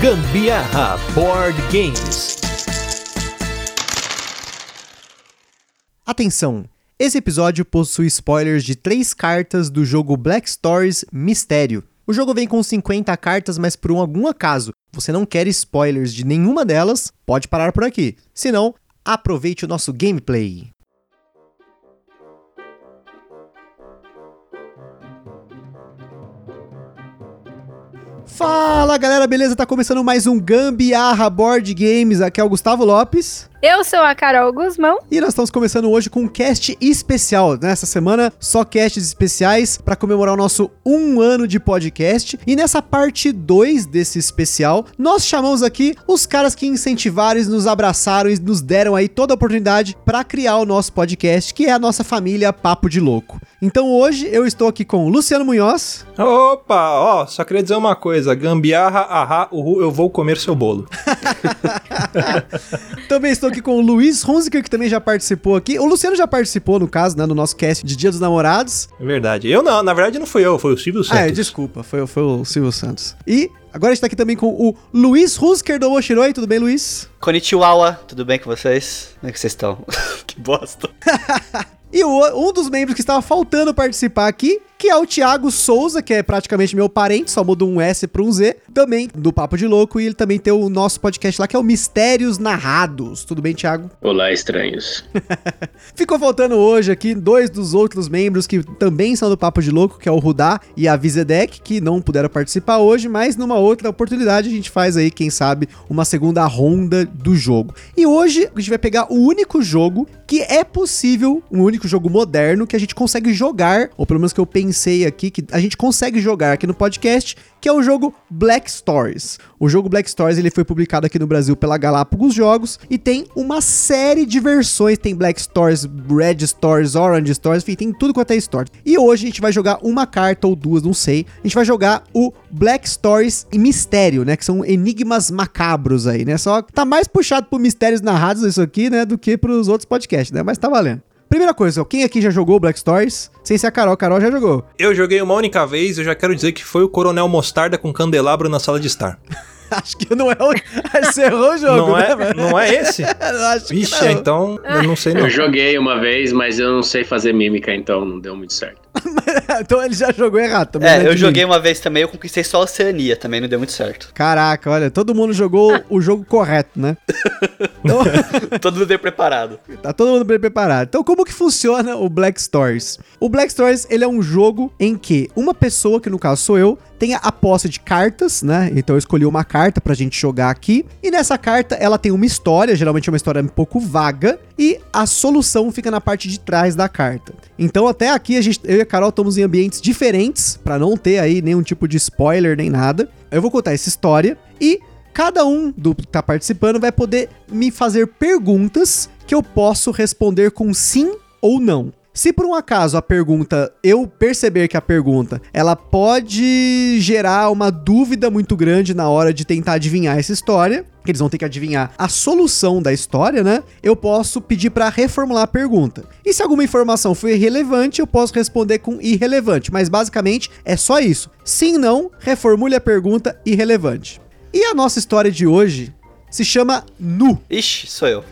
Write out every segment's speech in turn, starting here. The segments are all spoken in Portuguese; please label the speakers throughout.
Speaker 1: Gambiarra Board Games.
Speaker 2: Atenção! Esse episódio possui spoilers de três cartas do jogo Black Stories Mistério. O jogo vem com 50 cartas, mas por um algum acaso você não quer spoilers de nenhuma delas, pode parar por aqui. Se não, aproveite o nosso gameplay. Fala galera, beleza? Tá começando mais um Gambiarra Board Games. Aqui é o Gustavo Lopes.
Speaker 3: Eu sou a Carol Guzmão.
Speaker 2: E nós estamos começando hoje com um cast especial. Nessa semana, só casts especiais para comemorar o nosso um ano de podcast. E nessa parte 2 desse especial, nós chamamos aqui os caras que incentivaram, e nos abraçaram e nos deram aí toda a oportunidade para criar o nosso podcast, que é a nossa família Papo de Louco. Então hoje eu estou aqui com o Luciano Munhoz.
Speaker 4: Opa, ó, só queria dizer uma coisa. Gambiarra, ahá, uhu, eu vou comer seu bolo.
Speaker 2: Também estou aqui com o Luiz Hunziker, que também já participou aqui. O Luciano já participou, no caso, né, no nosso cast de Dia dos Namorados.
Speaker 4: É verdade. Eu não, na verdade não fui eu, foi o Silvio Santos.
Speaker 2: Ah, é, desculpa, foi, foi o Silvio Santos. E agora a gente tá aqui também com o Luiz Hunziker do Oshiroi. Tudo bem, Luiz?
Speaker 5: Konnichiwa, tudo bem com vocês? Como é que vocês estão? que bosta.
Speaker 2: E o- um dos membros que estava faltando participar aqui, que é o Thiago Souza, que é praticamente meu parente, só muda um S para um Z, também do Papo de Louco, e ele também tem o nosso podcast lá, que é o Mistérios Narrados. Tudo bem, Thiago?
Speaker 6: Olá, estranhos.
Speaker 2: Ficou faltando hoje aqui dois dos outros membros que também são do Papo de Louco, que é o Rudá e a Vizedec, que não puderam participar hoje, mas numa outra oportunidade a gente faz aí, quem sabe, uma segunda ronda do jogo. E hoje a gente vai pegar o único jogo que é possível, um único jogo moderno que a gente consegue jogar, ou pelo menos que eu pensei aqui, que a gente consegue jogar aqui no podcast, que é o jogo Black Stories. O jogo Black Stories ele foi publicado aqui no Brasil pela Galápagos Jogos e tem uma série de versões, tem Black Stories, Red Stories, Orange Stories, enfim, tem tudo quanto é Stories. E hoje a gente vai jogar uma carta ou duas, não sei. A gente vai jogar o Black Stories e Mistério, né, que são enigmas macabros aí, né? Só que tá mais puxado por mistérios narrados isso aqui, né, do que pros outros podcasts, né? Mas tá valendo. Primeira coisa, ó, quem aqui já jogou Black Stories? Sem ser a Carol, a Carol já jogou.
Speaker 4: Eu joguei uma única vez, eu já quero dizer que foi o Coronel Mostarda com candelabro na sala de estar.
Speaker 2: Acho que não é o. Você errou o jogo,
Speaker 4: não,
Speaker 2: né,
Speaker 4: é,
Speaker 2: velho?
Speaker 4: não é esse?
Speaker 2: Acho que
Speaker 4: Vixe,
Speaker 2: não.
Speaker 4: então eu não sei não.
Speaker 6: Eu joguei uma vez, mas eu não sei fazer mímica, então não deu muito certo.
Speaker 2: então ele já jogou errado. também, né,
Speaker 5: É, eu
Speaker 2: de
Speaker 5: joguei
Speaker 2: mim.
Speaker 5: uma vez também, eu conquistei só a Oceania, também não deu muito certo.
Speaker 2: Caraca, olha, todo mundo jogou o jogo correto, né? Então,
Speaker 5: Todo mundo veio preparado.
Speaker 2: tá todo mundo bem preparado. Então, como que funciona o Black Stories? O Black Stories, ele é um jogo em que uma pessoa, que no caso sou eu, tem a posse de cartas, né? Então eu escolhi uma carta pra gente jogar aqui. E nessa carta, ela tem uma história, geralmente é uma história um pouco vaga, e a solução fica na parte de trás da carta. Então, até aqui, a gente, eu e a Carol estamos em ambientes diferentes, pra não ter aí nenhum tipo de spoiler nem nada. Eu vou contar essa história e Cada um do que tá participando vai poder me fazer perguntas que eu posso responder com sim ou não. Se por um acaso a pergunta, eu perceber que a pergunta, ela pode gerar uma dúvida muito grande na hora de tentar adivinhar essa história, que eles vão ter que adivinhar a solução da história, né? Eu posso pedir para reformular a pergunta. E se alguma informação for irrelevante, eu posso responder com irrelevante, mas basicamente é só isso. Sim, não, reformule a pergunta irrelevante. E a nossa história de hoje se chama Nu.
Speaker 5: Ixi, sou eu.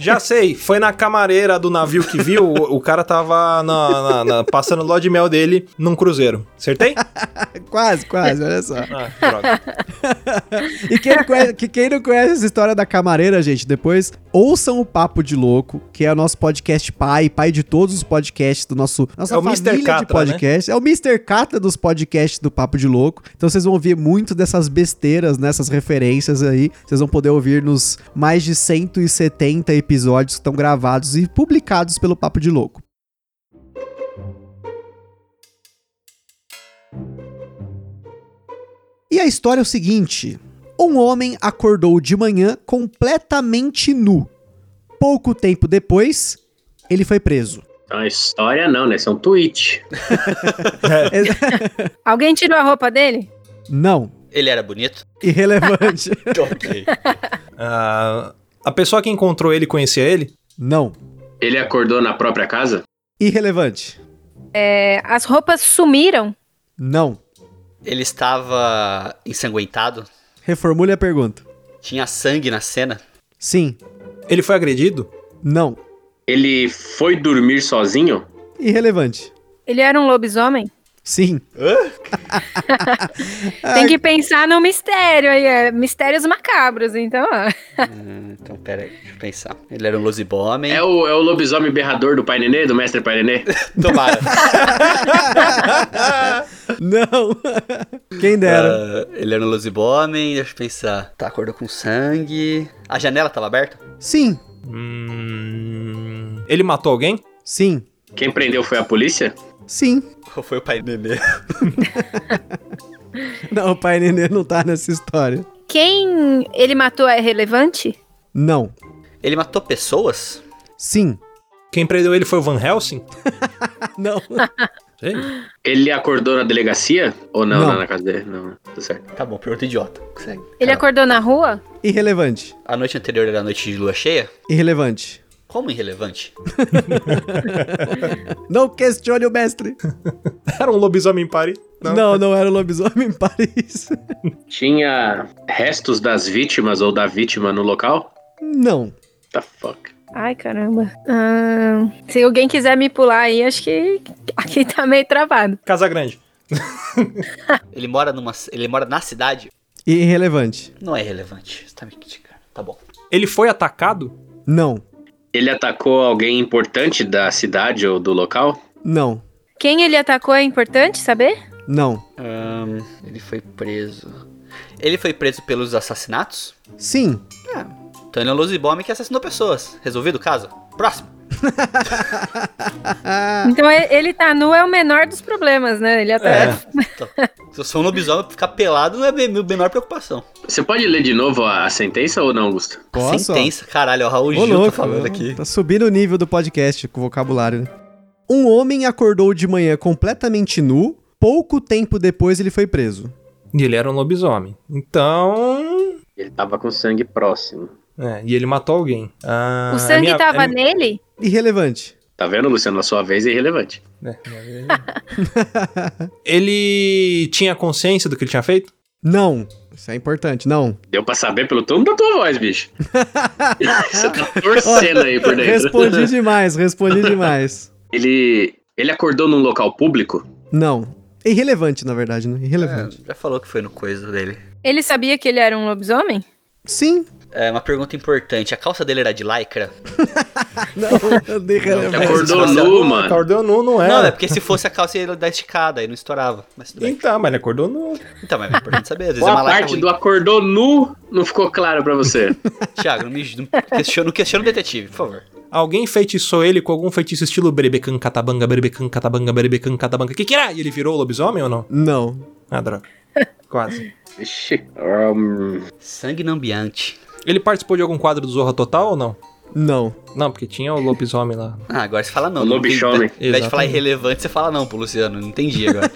Speaker 4: Já sei, foi na camareira do navio que viu, o, o cara tava na, na- na- passando ló de mel dele num cruzeiro. Acertei?
Speaker 2: Quase, quase, olha só.
Speaker 4: Ah, droga.
Speaker 2: E quem não, conhece, que quem não conhece essa história da camareira, gente, depois ouçam o Papo de Louco, que é o nosso podcast pai, pai de todos os podcasts do nosso nossa
Speaker 4: É o Mr.
Speaker 2: família de
Speaker 4: Catra,
Speaker 2: podcast. É o Mr. Catra dos podcasts do Papo de Louco. Então vocês vão ouvir muito dessas besteiras, nessas referências aí. Vocês vão poder ouvir nos mais de 170 episódios que estão gravados e publicados pelo Papo de Louco. E a história é o seguinte: um homem acordou de manhã completamente nu. Pouco tempo depois, ele foi preso.
Speaker 6: Então, a história não, né? Isso é um tweet.
Speaker 2: Ex-
Speaker 3: Alguém tirou a roupa dele?
Speaker 2: Não,
Speaker 5: Ele era bonito?
Speaker 2: irrelevante.
Speaker 5: ok.
Speaker 4: Ah, a pessoa que encontrou ele conhecia ele?
Speaker 2: Não,
Speaker 6: Ele acordou na própria casa?
Speaker 2: irrelevante.
Speaker 3: É, as roupas sumiram?
Speaker 2: Não,
Speaker 5: Ele estava ensanguentado?
Speaker 2: Reformule a pergunta.
Speaker 5: Tinha sangue na cena?
Speaker 2: Sim.
Speaker 4: Ele foi agredido?
Speaker 2: Não.
Speaker 6: Ele foi dormir sozinho?
Speaker 2: Irrelevante.
Speaker 3: Ele era um lobisomem?
Speaker 2: Sim.
Speaker 3: Tem que pensar no mistério aí, é, mistérios macabros, então, ó.
Speaker 5: Hum, então, pera aí, deixa eu pensar. Ele era um losibomem.
Speaker 6: É o, é o lobisomem berrador do Pai Nenê, do Mestre Pai Nenê?
Speaker 5: Tomara.
Speaker 2: Não. Quem dera.
Speaker 5: Ah, ele era um losibomem, deixa eu pensar. Tá, acordou com sangue. A janela estava aberta?
Speaker 2: Sim.
Speaker 4: Hum, ele matou alguém?
Speaker 2: Sim.
Speaker 6: Quem prendeu foi a polícia?
Speaker 2: Sim.
Speaker 5: Ou foi o pai nenê?
Speaker 2: Não, o pai Nenê não tá nessa história.
Speaker 3: Quem ele matou é relevante?
Speaker 2: Não.
Speaker 5: Ele matou pessoas?
Speaker 2: Sim.
Speaker 4: Quem prendeu ele foi o Van Helsing?
Speaker 2: Não.
Speaker 4: Sei.
Speaker 6: Ele acordou na delegacia? Ou não,
Speaker 2: Não.
Speaker 6: não, na casa dele? Não, tá certo.
Speaker 5: Tá bom, pergunta idiota. Consegue.
Speaker 3: Ele
Speaker 5: Cara,
Speaker 3: é acordou na rua?
Speaker 2: Irrelevante.
Speaker 5: A noite anterior era a noite de lua cheia?
Speaker 2: Irrelevante.
Speaker 5: Como irrelevante?
Speaker 2: Não questione o mestre.
Speaker 4: Era um lobisomem em Paris?
Speaker 2: Não, não, era o lobisomem em Paris.
Speaker 6: Tinha restos das vítimas ou da vítima no local?
Speaker 2: Não.
Speaker 6: What the fuck?
Speaker 3: Ai, caramba. Ahn, se alguém quiser me pular aí, acho que aqui tá meio travado.
Speaker 4: Casa Grande.
Speaker 5: Ele mora numa. Ele mora na cidade?
Speaker 2: Irrelevante.
Speaker 5: Não é irrelevante. Você tá me criticando. Tá bom.
Speaker 4: Ele foi atacado?
Speaker 2: Não.
Speaker 6: Ele atacou alguém importante da cidade ou do local?
Speaker 2: Não.
Speaker 3: Quem ele atacou é importante saber?
Speaker 2: Não.
Speaker 5: Ahn, ele foi preso. Ele foi preso pelos assassinatos?
Speaker 2: Sim.
Speaker 5: Então ele é um losibomem que assassinou pessoas. Resolvido o caso? Próximo.
Speaker 3: Então e- ele tá nu é o menor dos problemas, né? Ele atacou.
Speaker 5: Então, se eu sou um lobisomem, ficar pelado não é bem- minha menor preocupação.
Speaker 6: Você pode ler de novo a, a sentença ou não, Augusto?
Speaker 5: A
Speaker 2: Posso?
Speaker 5: Sentença, caralho, é o Raul
Speaker 2: Ô,
Speaker 5: Gil
Speaker 2: louco,
Speaker 5: tá falando
Speaker 2: ô,
Speaker 5: aqui.
Speaker 2: Tá subindo o nível do podcast com o vocabulário, né? Um homem acordou de manhã completamente nu. Pouco tempo depois ele foi preso.
Speaker 4: E ele era um lobisomem. Então.
Speaker 6: Ele tava com sangue próximo.
Speaker 4: É, e ele matou alguém. Ah,
Speaker 3: O sangue
Speaker 4: minha-
Speaker 3: tava
Speaker 4: é-
Speaker 3: nele?
Speaker 2: Irrelevante.
Speaker 6: Tá vendo, Luciano? A sua vez é irrelevante.
Speaker 4: Ele tinha consciência do que ele tinha feito?
Speaker 2: Não. Isso é importante. Não.
Speaker 6: Deu pra saber pelo tom da tua voz, bicho. Você tá torcendo aí por dentro.
Speaker 2: Respondi demais, respondi demais.
Speaker 6: Ele, ele acordou num local público?
Speaker 2: Não. Irrelevante, na verdade, né? Irrelevante.
Speaker 5: É, já falou que foi no coisa dele.
Speaker 3: Ele sabia que ele era um lobisomem?
Speaker 2: Sim.
Speaker 5: É uma pergunta importante. A calça dele era de lycra?
Speaker 2: Não,
Speaker 6: Ele
Speaker 2: irrelevante.
Speaker 6: acordou
Speaker 5: Nossa,
Speaker 6: nu, mano.
Speaker 4: Acordou nu, não
Speaker 5: Não, é porque se fosse a calça ele ia dar esticada, aí não estourava. Mas tudo bem.
Speaker 4: Então, mas ele acordou nu.
Speaker 5: Então, mas é importante saber. Às vezes é
Speaker 6: Qual
Speaker 5: uma
Speaker 6: a
Speaker 5: lycra
Speaker 6: parte
Speaker 5: ruim.
Speaker 6: do acordou nu não ficou claro pra você?
Speaker 5: Thiago, não, me, não, questiona, não questiona o detetive, por favor.
Speaker 4: Alguém feitiçou ele com algum feitiço estilo berebecan, catabanga, berebecan, catabanga, berebecan, catabanga. Que que era? E ele virou o lobisomem ou não?
Speaker 2: Não.
Speaker 4: Ah, droga. Quase.
Speaker 6: Ixi, hum,
Speaker 5: Sanguinambiante.
Speaker 4: Ele participou de algum quadro do Zorra Total ou não?
Speaker 2: Não.
Speaker 4: Não, porque tinha o lobisomem lá.
Speaker 5: Ah, agora você fala não.
Speaker 6: O lobisomem.
Speaker 5: Ao invés de falar
Speaker 4: Exatamente.
Speaker 5: irrelevante, você fala não pro Luciano. Não entendi agora.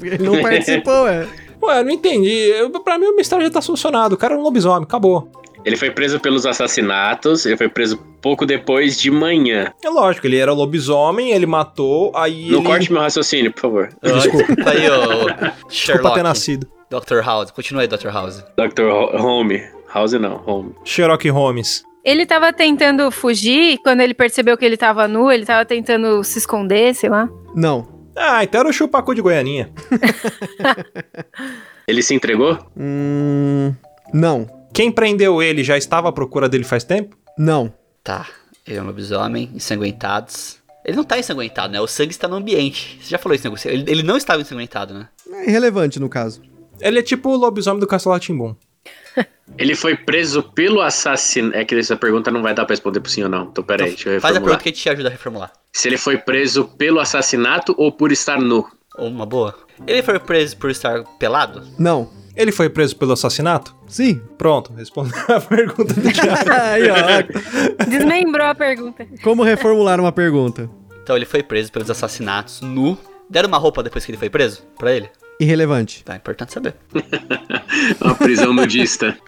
Speaker 2: Ele não participou, é.
Speaker 4: Ué, eu não entendi. Eu, pra mim o mistério já tá solucionado. O cara é um lobisomem, acabou.
Speaker 6: ele foi preso pelos assassinatos, ele foi preso pouco depois de manhã.
Speaker 4: É lógico, ele era lobisomem, ele matou, aí
Speaker 6: Não
Speaker 4: ele...
Speaker 6: corte meu raciocínio, por favor.
Speaker 5: Desculpa. Aí, ô,
Speaker 4: Desculpa
Speaker 5: Sherlock.
Speaker 4: ter nascido.
Speaker 5: Dr. House. Continua aí, Dr. House.
Speaker 6: Dr. Ho- Home. House não, Home.
Speaker 4: Sherlock Holmes.
Speaker 3: Ele tava tentando fugir quando ele percebeu que ele tava nu, ele tava tentando se esconder, sei lá.
Speaker 2: Não.
Speaker 4: Ah, então era o chupacu de Goianinha.
Speaker 6: Ele se entregou?
Speaker 2: Hum, não.
Speaker 4: Quem prendeu ele já estava à procura dele faz tempo?
Speaker 2: Não.
Speaker 5: Tá. Ele é um lobisomem, ensanguentados. Ele não tá ensanguentado, né? O sangue está no ambiente. Você já falou isso, né? Você- Ele, ele não estava ensanguentado, né?
Speaker 2: É irrelevante no caso.
Speaker 4: Ele é tipo o lobisomem do Castelo Timbum.
Speaker 6: Ele foi preso pelo assassinato. É que essa pergunta não vai dar pra responder pro sim ou não. Então peraí, deixa eu
Speaker 5: Faz a
Speaker 6: reformular.
Speaker 5: pergunta que te ajuda a reformular.
Speaker 6: Se ele foi preso pelo assassinato ou por estar nu?
Speaker 5: Uma boa. Ele foi preso por estar pelado?
Speaker 2: Não.
Speaker 4: Ele foi preso pelo assassinato?
Speaker 2: Sim.
Speaker 4: Pronto, respondeu a pergunta do Thiago.
Speaker 2: Aí, ó.
Speaker 3: Desmembrou a pergunta.
Speaker 2: Como reformular uma pergunta?
Speaker 5: Então ele foi preso pelos assassinatos nu. Deram uma roupa depois que ele foi preso? Pra ele?
Speaker 2: Irrelevante.
Speaker 5: Tá, é importante saber.
Speaker 6: Uma prisão nudista.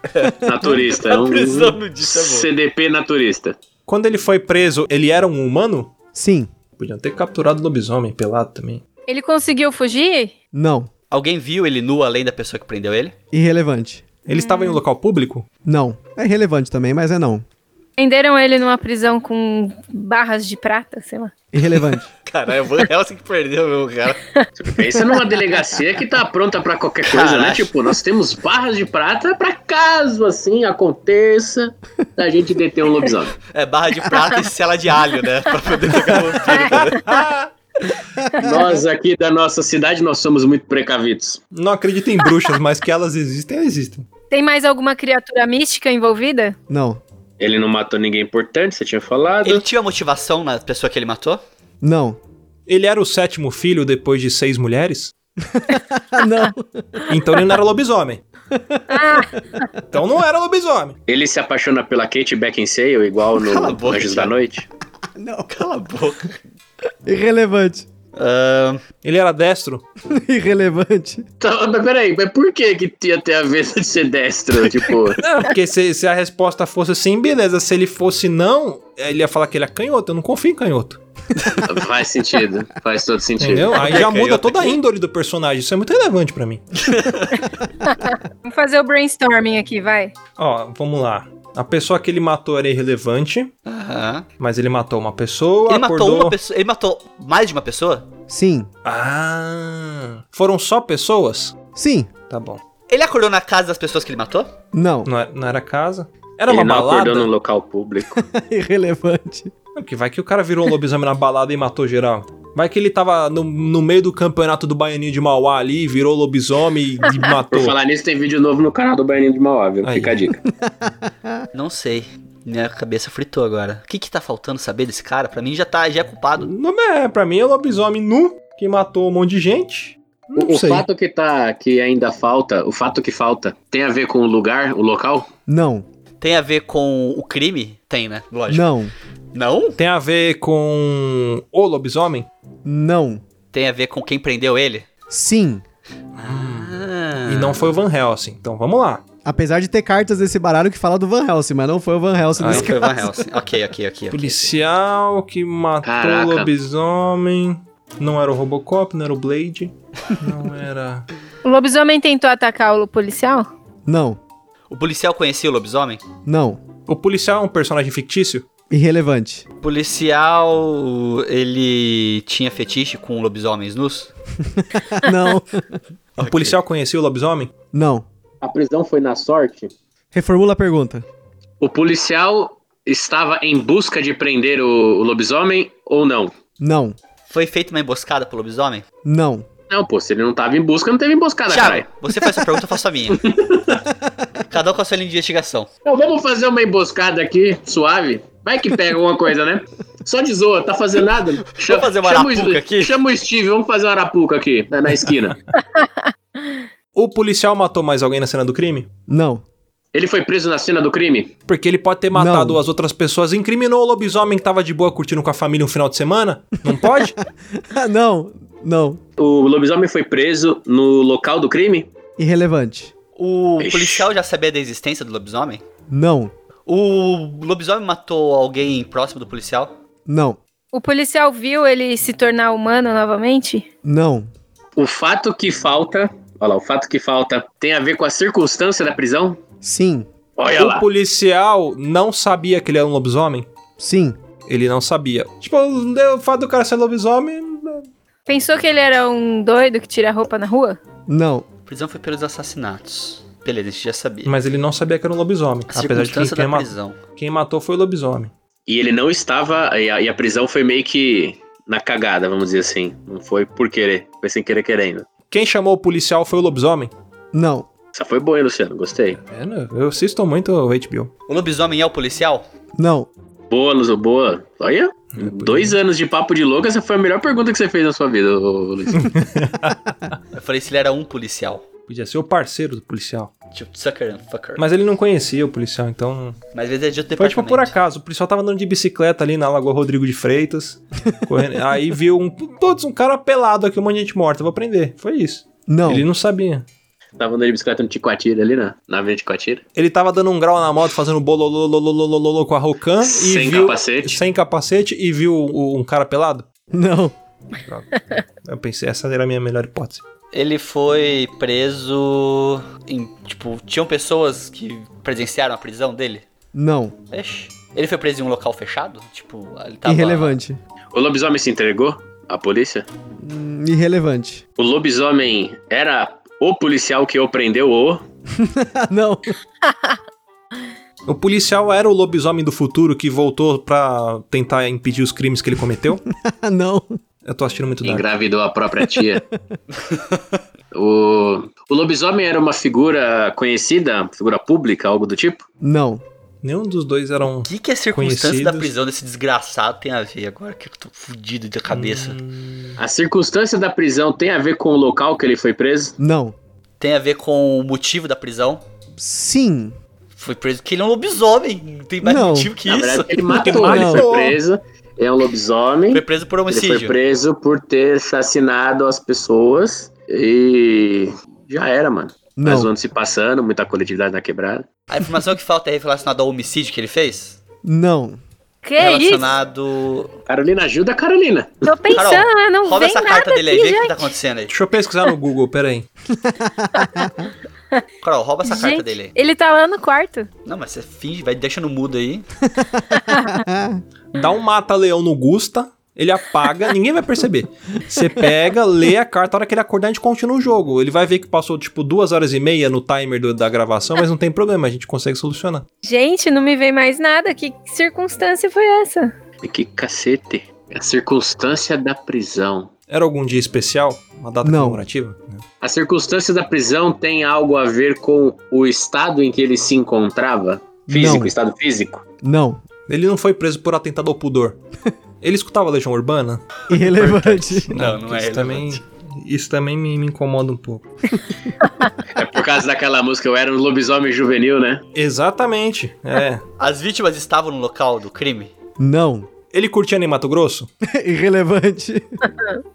Speaker 6: Naturista.
Speaker 5: Uma
Speaker 6: um-
Speaker 5: prisão nudista é bom.
Speaker 6: CDP naturista.
Speaker 4: Quando ele foi preso, ele era um humano?
Speaker 2: Sim.
Speaker 4: Podiam ter capturado o lobisomem pelado também.
Speaker 3: Ele conseguiu fugir?
Speaker 2: Não.
Speaker 5: Alguém viu ele nu além da pessoa que prendeu ele?
Speaker 2: Irrelevante.
Speaker 4: Ele estava em um local público?
Speaker 2: Não. É relevante também, mas é não.
Speaker 3: Prenderam ele numa prisão com barras de prata, sei lá.
Speaker 2: Irrelevante.
Speaker 5: Cara, é o Van Helsing que perdeu, meu cara.
Speaker 6: Pensa numa delegacia que tá pronta pra qualquer coisa, né?
Speaker 5: Caraca.
Speaker 6: Tipo, nós temos barras de prata pra caso assim aconteça da gente deter um lobisomem.
Speaker 5: É barra de prata e cela de alho, né? Pra poder pegar o vampiro.
Speaker 4: Ah,
Speaker 6: Nós aqui da nossa cidade, nós somos muito precavidos.
Speaker 4: Não acredito em bruxas, mas que elas existem, elas existem.
Speaker 3: Tem mais alguma criatura mística envolvida?
Speaker 2: Não.
Speaker 6: Ele não matou ninguém importante, você tinha falado.
Speaker 5: Ele tinha motivação na pessoa que ele matou?
Speaker 2: Não.
Speaker 4: Ele era o sétimo filho depois de seis mulheres?
Speaker 2: Ah, não.
Speaker 4: Então ele não era lobisomem. Então não era lobisomem.
Speaker 6: Ele se apaixona pela Kate Beckinsale, igual no
Speaker 5: Cala a boca,
Speaker 6: Anjos da
Speaker 5: Thiago.
Speaker 6: Noite.
Speaker 2: Não.
Speaker 5: Cala a boca.
Speaker 2: Irrelevante.
Speaker 5: Ahn,
Speaker 4: Ele era destro.
Speaker 2: Irrelevante.
Speaker 6: Então, mas peraí, mas por que que tinha ter a ver de ser destro? Tipo,
Speaker 4: Não, porque se, se a resposta fosse sim, beleza. Se ele fosse não, ele ia falar que ele é canhoto. Eu não confio em canhoto.
Speaker 6: faz sentido, faz todo sentido.
Speaker 4: Entendeu? Aí já
Speaker 5: Canhoto.
Speaker 4: muda toda a índole do personagem. Isso é muito relevante pra mim.
Speaker 3: Vamos fazer o brainstorming aqui, vai.
Speaker 4: Ó, vamos lá. A pessoa que ele matou era irrelevante,
Speaker 5: Aham.
Speaker 4: mas ele matou uma pessoa,
Speaker 5: Ele
Speaker 4: acordou...
Speaker 5: matou uma pessoa. Ele matou mais de uma pessoa?
Speaker 2: Sim.
Speaker 4: Ah, foram só pessoas?
Speaker 2: Sim.
Speaker 4: Tá bom.
Speaker 5: Ele acordou na casa das pessoas que ele matou?
Speaker 2: Não.
Speaker 4: Não era, não era casa? Era
Speaker 6: Ele
Speaker 4: uma
Speaker 6: não
Speaker 4: balada?
Speaker 6: acordou num local público.
Speaker 2: Irrelevante.
Speaker 4: Não, Porque vai que o cara virou um lobisomem na balada e matou geral. Vai que ele tava no, no meio do campeonato do Baianinho de Mauá ali, virou lobisomem e
Speaker 6: Por
Speaker 4: matou.
Speaker 6: falar nisso, tem vídeo novo no canal do Baianinho de Mauá, viu?
Speaker 4: Aí.
Speaker 6: Fica a dica.
Speaker 5: Não sei. Minha cabeça fritou agora. O que que tá faltando saber desse cara? Pra mim já tá, já é culpado.
Speaker 4: Não é, pra mim é lobisomem nu que matou um monte de gente. Hum, Não
Speaker 6: O, o
Speaker 4: sei.
Speaker 6: fato que tá, que ainda falta, o fato que falta, tem a ver com o lugar, o local?
Speaker 2: Não.
Speaker 5: Tem a ver com o crime? Tem, né? Lógico.
Speaker 2: Não.
Speaker 5: Não?
Speaker 4: Tem a ver com o lobisomem?
Speaker 2: Não.
Speaker 5: Tem a ver com quem prendeu ele?
Speaker 2: Sim.
Speaker 5: Ah.
Speaker 4: E não foi o Van Helsing. Então vamos lá.
Speaker 2: Apesar de ter cartas desse baralho que fala do Van Helsing, mas não foi o Van Helsing
Speaker 5: Ah,
Speaker 2: nesse
Speaker 5: não foi o Van
Speaker 2: caso.
Speaker 5: Helsing. Ok, ok, ok. ok.
Speaker 4: Policial que matou
Speaker 6: Caraca.
Speaker 4: lobisomem. Não era o Robocop, não era o Blade. Não era.
Speaker 3: O lobisomem tentou atacar o policial?
Speaker 2: Não.
Speaker 5: O policial conhecia o lobisomem?
Speaker 2: Não.
Speaker 4: O policial é um personagem fictício?
Speaker 2: Irrelevante.
Speaker 5: O policial, ele tinha fetiche com lobisomens nus?
Speaker 2: Não.
Speaker 4: O Um policial conhecia o lobisomem?
Speaker 2: Não.
Speaker 6: A prisão foi na sorte?
Speaker 2: Reformula a pergunta.
Speaker 6: O policial estava em busca de prender o, o lobisomem ou não?
Speaker 2: Não.
Speaker 5: Foi feita uma emboscada pro lobisomem?
Speaker 2: Não.
Speaker 6: Não, pô, se ele não tava em busca, Ah, não teve emboscada, caralho.
Speaker 5: Thiago, você faz sua pergunta, eu faço a minha. Cada um com a sua linha de investigação.
Speaker 6: Então vamos fazer uma emboscada aqui, suave. Vai que pega alguma coisa, né? Só de zoa, tá fazendo nada? Chama-
Speaker 5: fazer uma
Speaker 6: chama o-
Speaker 5: arapuca aqui.
Speaker 6: Chama o Steve, vamos fazer uma arapuca aqui, né, na, na esquina.
Speaker 4: O policial matou mais alguém na cena do crime?
Speaker 2: Não.
Speaker 6: Ele foi preso na cena do crime?
Speaker 4: Porque ele pode ter matado
Speaker 2: Não.
Speaker 4: as outras pessoas, incriminou o lobisomem que tava de boa curtindo com a família um final de semana? Não pode?
Speaker 2: Ah, Não. Não.
Speaker 6: O lobisomem foi preso no local do crime?
Speaker 2: Irrelevante.
Speaker 5: O
Speaker 6: Ixi.
Speaker 5: policial já sabia da existência do lobisomem?
Speaker 2: Não.
Speaker 5: O lobisomem matou alguém próximo do policial?
Speaker 2: Não.
Speaker 3: O policial viu ele se tornar humano novamente?
Speaker 2: Não.
Speaker 6: o fato que falta. Olha lá, o fato que falta tem a ver com a circunstância da prisão?
Speaker 2: Sim.
Speaker 6: Olha
Speaker 4: O
Speaker 6: lá.
Speaker 4: policial não sabia que ele era um lobisomem?
Speaker 2: Sim.
Speaker 4: Ele não sabia. Tipo, o fato do cara ser lobisomem.
Speaker 3: Pensou que ele era um doido que tira roupa na rua?
Speaker 2: Não.
Speaker 5: A prisão foi pelos assassinatos. Beleza, a gente já sabia.
Speaker 4: Mas ele não sabia que era um lobisomem.
Speaker 5: A
Speaker 4: Apesar de que
Speaker 5: circunstância
Speaker 4: quem,
Speaker 5: da
Speaker 4: ma-
Speaker 5: prisão.
Speaker 4: quem matou foi o lobisomem.
Speaker 6: E ele não estava. E a, e a prisão foi meio que na cagada, vamos dizer assim. Não foi por querer. Foi sem querer querendo.
Speaker 4: Quem chamou o policial foi o lobisomem?
Speaker 2: Não.
Speaker 6: Essa foi boa, hein, Luciano. Gostei.
Speaker 4: É, né? Eu assisto muito o HBO.
Speaker 5: O lobisomem é o policial?
Speaker 2: Não.
Speaker 6: Boa, Luzo, boa.
Speaker 4: É,
Speaker 6: Olha. Dois anos de papo de louco, essa foi a melhor pergunta que você fez na sua vida, ô, ô, Luiz.
Speaker 5: Eu falei se ele era um policial.
Speaker 4: Podia ser o parceiro do policial.
Speaker 5: Tipo, sucker and fucker. Mas,
Speaker 4: Mas ele não conhecia o policial, então.
Speaker 5: às vezes é de outro
Speaker 4: Foi tipo
Speaker 5: departamento.
Speaker 4: por acaso. O policial tava andando de bicicleta ali na Lagoa Rodrigo de Freitas. correndo, aí viu um. Todos, um cara pelado aqui, um monte de gente morta. Vou prender. Foi isso.
Speaker 2: Não.
Speaker 4: Ele não sabia.
Speaker 6: Tava andando de bicicleta no Ticoatira ali, né? Na Avenida Ticoatira.
Speaker 4: Ele tava dando um grau na moto, fazendo bolololololololololô com a Rocan. Ah, e
Speaker 6: Sem
Speaker 4: viu-
Speaker 6: capacete.
Speaker 4: Sem capacete e viu o- um cara pelado.
Speaker 2: Não.
Speaker 4: Eu pensei, essa era a minha melhor hipótese.
Speaker 5: Ele foi preso em, tipo, tinham pessoas que presenciaram a prisão dele?
Speaker 2: Não.
Speaker 5: Ixi. Ele foi preso em um local fechado? Tipo, ele tava...
Speaker 2: Irrelevante.
Speaker 6: O lobisomem se entregou à polícia?
Speaker 2: Hum, irrelevante.
Speaker 6: O lobisomem era o policial que o prendeu o.
Speaker 2: Ah, não.
Speaker 4: O policial era o lobisomem do futuro que voltou pra tentar impedir os crimes que ele cometeu?
Speaker 2: Ah, não.
Speaker 4: Eu tô assistindo muito Dark.
Speaker 6: Engravidou a própria tia. o, o lobisomem era uma figura conhecida, figura pública, algo do tipo?
Speaker 2: Não.
Speaker 4: Nenhum dos dois era um.
Speaker 5: O que, que a circunstância da
Speaker 4: Conhecidos.
Speaker 5: prisão desse desgraçado tem a ver agora? Que eu tô fudido de cabeça.
Speaker 4: Hum.
Speaker 6: A circunstância da prisão tem a ver com o local que ele foi preso?
Speaker 2: Não.
Speaker 5: Tem a ver com o motivo da prisão?
Speaker 2: Sim.
Speaker 5: Foi preso porque ele é um lobisomem. Não tem mais
Speaker 2: Não.
Speaker 5: motivo que
Speaker 6: Na verdade,
Speaker 5: isso.
Speaker 6: ele matou, ele
Speaker 2: Matou.
Speaker 6: foi preso. É um lobisomem.
Speaker 5: Foi preso por
Speaker 6: Ele foi
Speaker 5: homicídio.
Speaker 6: preso por ter assassinado as pessoas e. Já era, mano. Mas o
Speaker 2: Não.
Speaker 6: ano se passando, muita coletividade na quebrada.
Speaker 5: A informação que falta é relacionada ao homicídio que ele fez?
Speaker 2: Não.
Speaker 3: Que
Speaker 5: relacionado.
Speaker 6: Carolina, ajuda a Carolina.
Speaker 3: isso? Tô pensando,
Speaker 5: Carol,
Speaker 3: não
Speaker 5: Roda
Speaker 3: vem
Speaker 5: essa
Speaker 3: nada
Speaker 5: carta dele aí, vê
Speaker 3: aqui,
Speaker 5: o que
Speaker 3: gente.
Speaker 5: tá acontecendo aí.
Speaker 4: Deixa eu pesquisar no Google, peraí.
Speaker 5: Carol, rouba essa carta
Speaker 3: Gente,
Speaker 5: dele aí.
Speaker 3: Ele tá lá no quarto.
Speaker 5: Não, mas você finge, vai deixando mudo aí.
Speaker 2: Ah,
Speaker 4: Dá um mata-leão no Gusta, ele apaga, ninguém vai perceber. Você pega, lê a carta, a hora que ele acordar, a gente continua o jogo. Ele vai ver que passou, tipo, duas horas e meia no timer do- da gravação, mas não tem problema, a gente consegue solucionar.
Speaker 3: Gente, não me vem mais nada. Que circunstância foi essa?
Speaker 6: E Que cacete. A circunstância da prisão.
Speaker 4: Era algum dia especial? Uma data
Speaker 2: Não.
Speaker 4: comemorativa?
Speaker 6: A circunstância da prisão tem algo a ver com o estado em que ele se encontrava? Físico,
Speaker 2: Não.
Speaker 6: estado físico?
Speaker 2: Não.
Speaker 4: Ele não foi preso por atentado ao pudor. Ele escutava Legião Urbana?
Speaker 2: Irrelevante.
Speaker 5: Não, não
Speaker 4: porque
Speaker 5: é
Speaker 4: isso também,
Speaker 5: relevante.
Speaker 4: Isso também me, me incomoda um pouco.
Speaker 6: É por causa daquela música, eu era um lobisomem juvenil, né?
Speaker 4: Exatamente, é.
Speaker 5: As vítimas estavam no local do crime?
Speaker 2: Não.
Speaker 4: Ele curtia nem Mato Grosso?
Speaker 2: Irrelevante.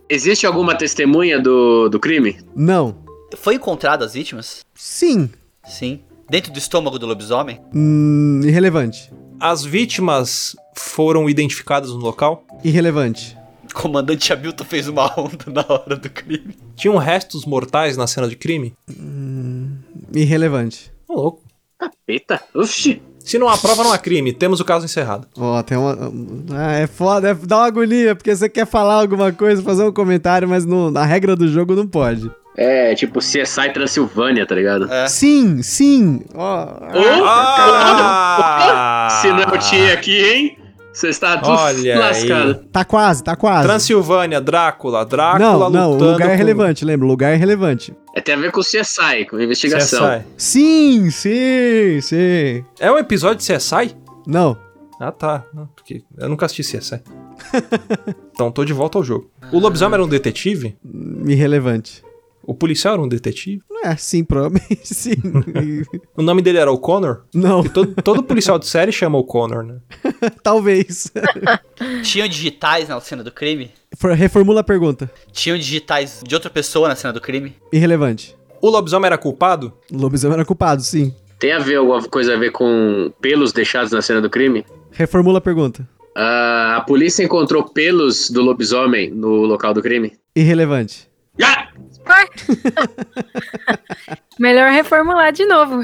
Speaker 6: Existe alguma testemunha do, do crime?
Speaker 2: Não.
Speaker 5: Foi encontrado as vítimas?
Speaker 2: Sim.
Speaker 5: Sim. Dentro do estômago do lobisomem?
Speaker 2: Hum, irrelevante.
Speaker 4: As vítimas foram identificadas no local?
Speaker 2: Irrelevante.
Speaker 5: O comandante Hamilton fez uma onda na hora do crime.
Speaker 4: Tinham restos mortais na cena de crime?
Speaker 2: Irrelevante.
Speaker 4: Ô, louco.
Speaker 6: Eita, oxi.
Speaker 4: Se não há prova, não há crime. Temos o caso encerrado.
Speaker 2: Ó, tem uma. Ah, é foda, é- dá uma agonia, porque você quer falar alguma coisa, fazer um comentário, mas não- na regra do jogo não pode.
Speaker 6: É, tipo CSI Transilvânia, tá ligado?
Speaker 5: É.
Speaker 2: Sim, sim. Ó,
Speaker 4: Ah!
Speaker 6: Se não tinha aqui, hein? Você está tudo
Speaker 4: Olha aí.
Speaker 6: lascado.
Speaker 2: tá quase, tá quase.
Speaker 4: Transilvânia, Drácula, Drácula
Speaker 2: não, não, o
Speaker 4: lutando
Speaker 2: lugar é
Speaker 4: com-
Speaker 2: relevante, lembra? O lugar é relevante.
Speaker 6: É, tem a ver com CSI, com investigação.
Speaker 4: CSI.
Speaker 2: Sim, sim, sim.
Speaker 4: É um episódio de CSI?
Speaker 2: Não,
Speaker 4: Ah, tá. Não, porque eu nunca assisti CSI. então, tô de volta ao jogo. O lobisomem era um detetive?
Speaker 2: irrelevante.
Speaker 4: O policial era um detetive?
Speaker 2: É, sim, provavelmente, sim.
Speaker 4: O nome dele era O'Connor?
Speaker 2: não,
Speaker 4: E todo, todo policial de série chama O'Connor, né?
Speaker 2: talvez.
Speaker 5: Tinham digitais na cena do crime?
Speaker 2: For- Reformula a pergunta.
Speaker 5: Tinham digitais de outra pessoa na cena do crime?
Speaker 2: Irrelevante.
Speaker 4: O lobisomem era culpado?
Speaker 2: O lobisomem era culpado, sim.
Speaker 6: Tem a ver alguma coisa a ver com pelos deixados na cena do crime?
Speaker 2: Reformula a pergunta.
Speaker 6: Ah, a polícia encontrou pelos do lobisomem no local do crime?
Speaker 2: Irrelevante.
Speaker 6: Ah!
Speaker 3: Melhor reformular de novo.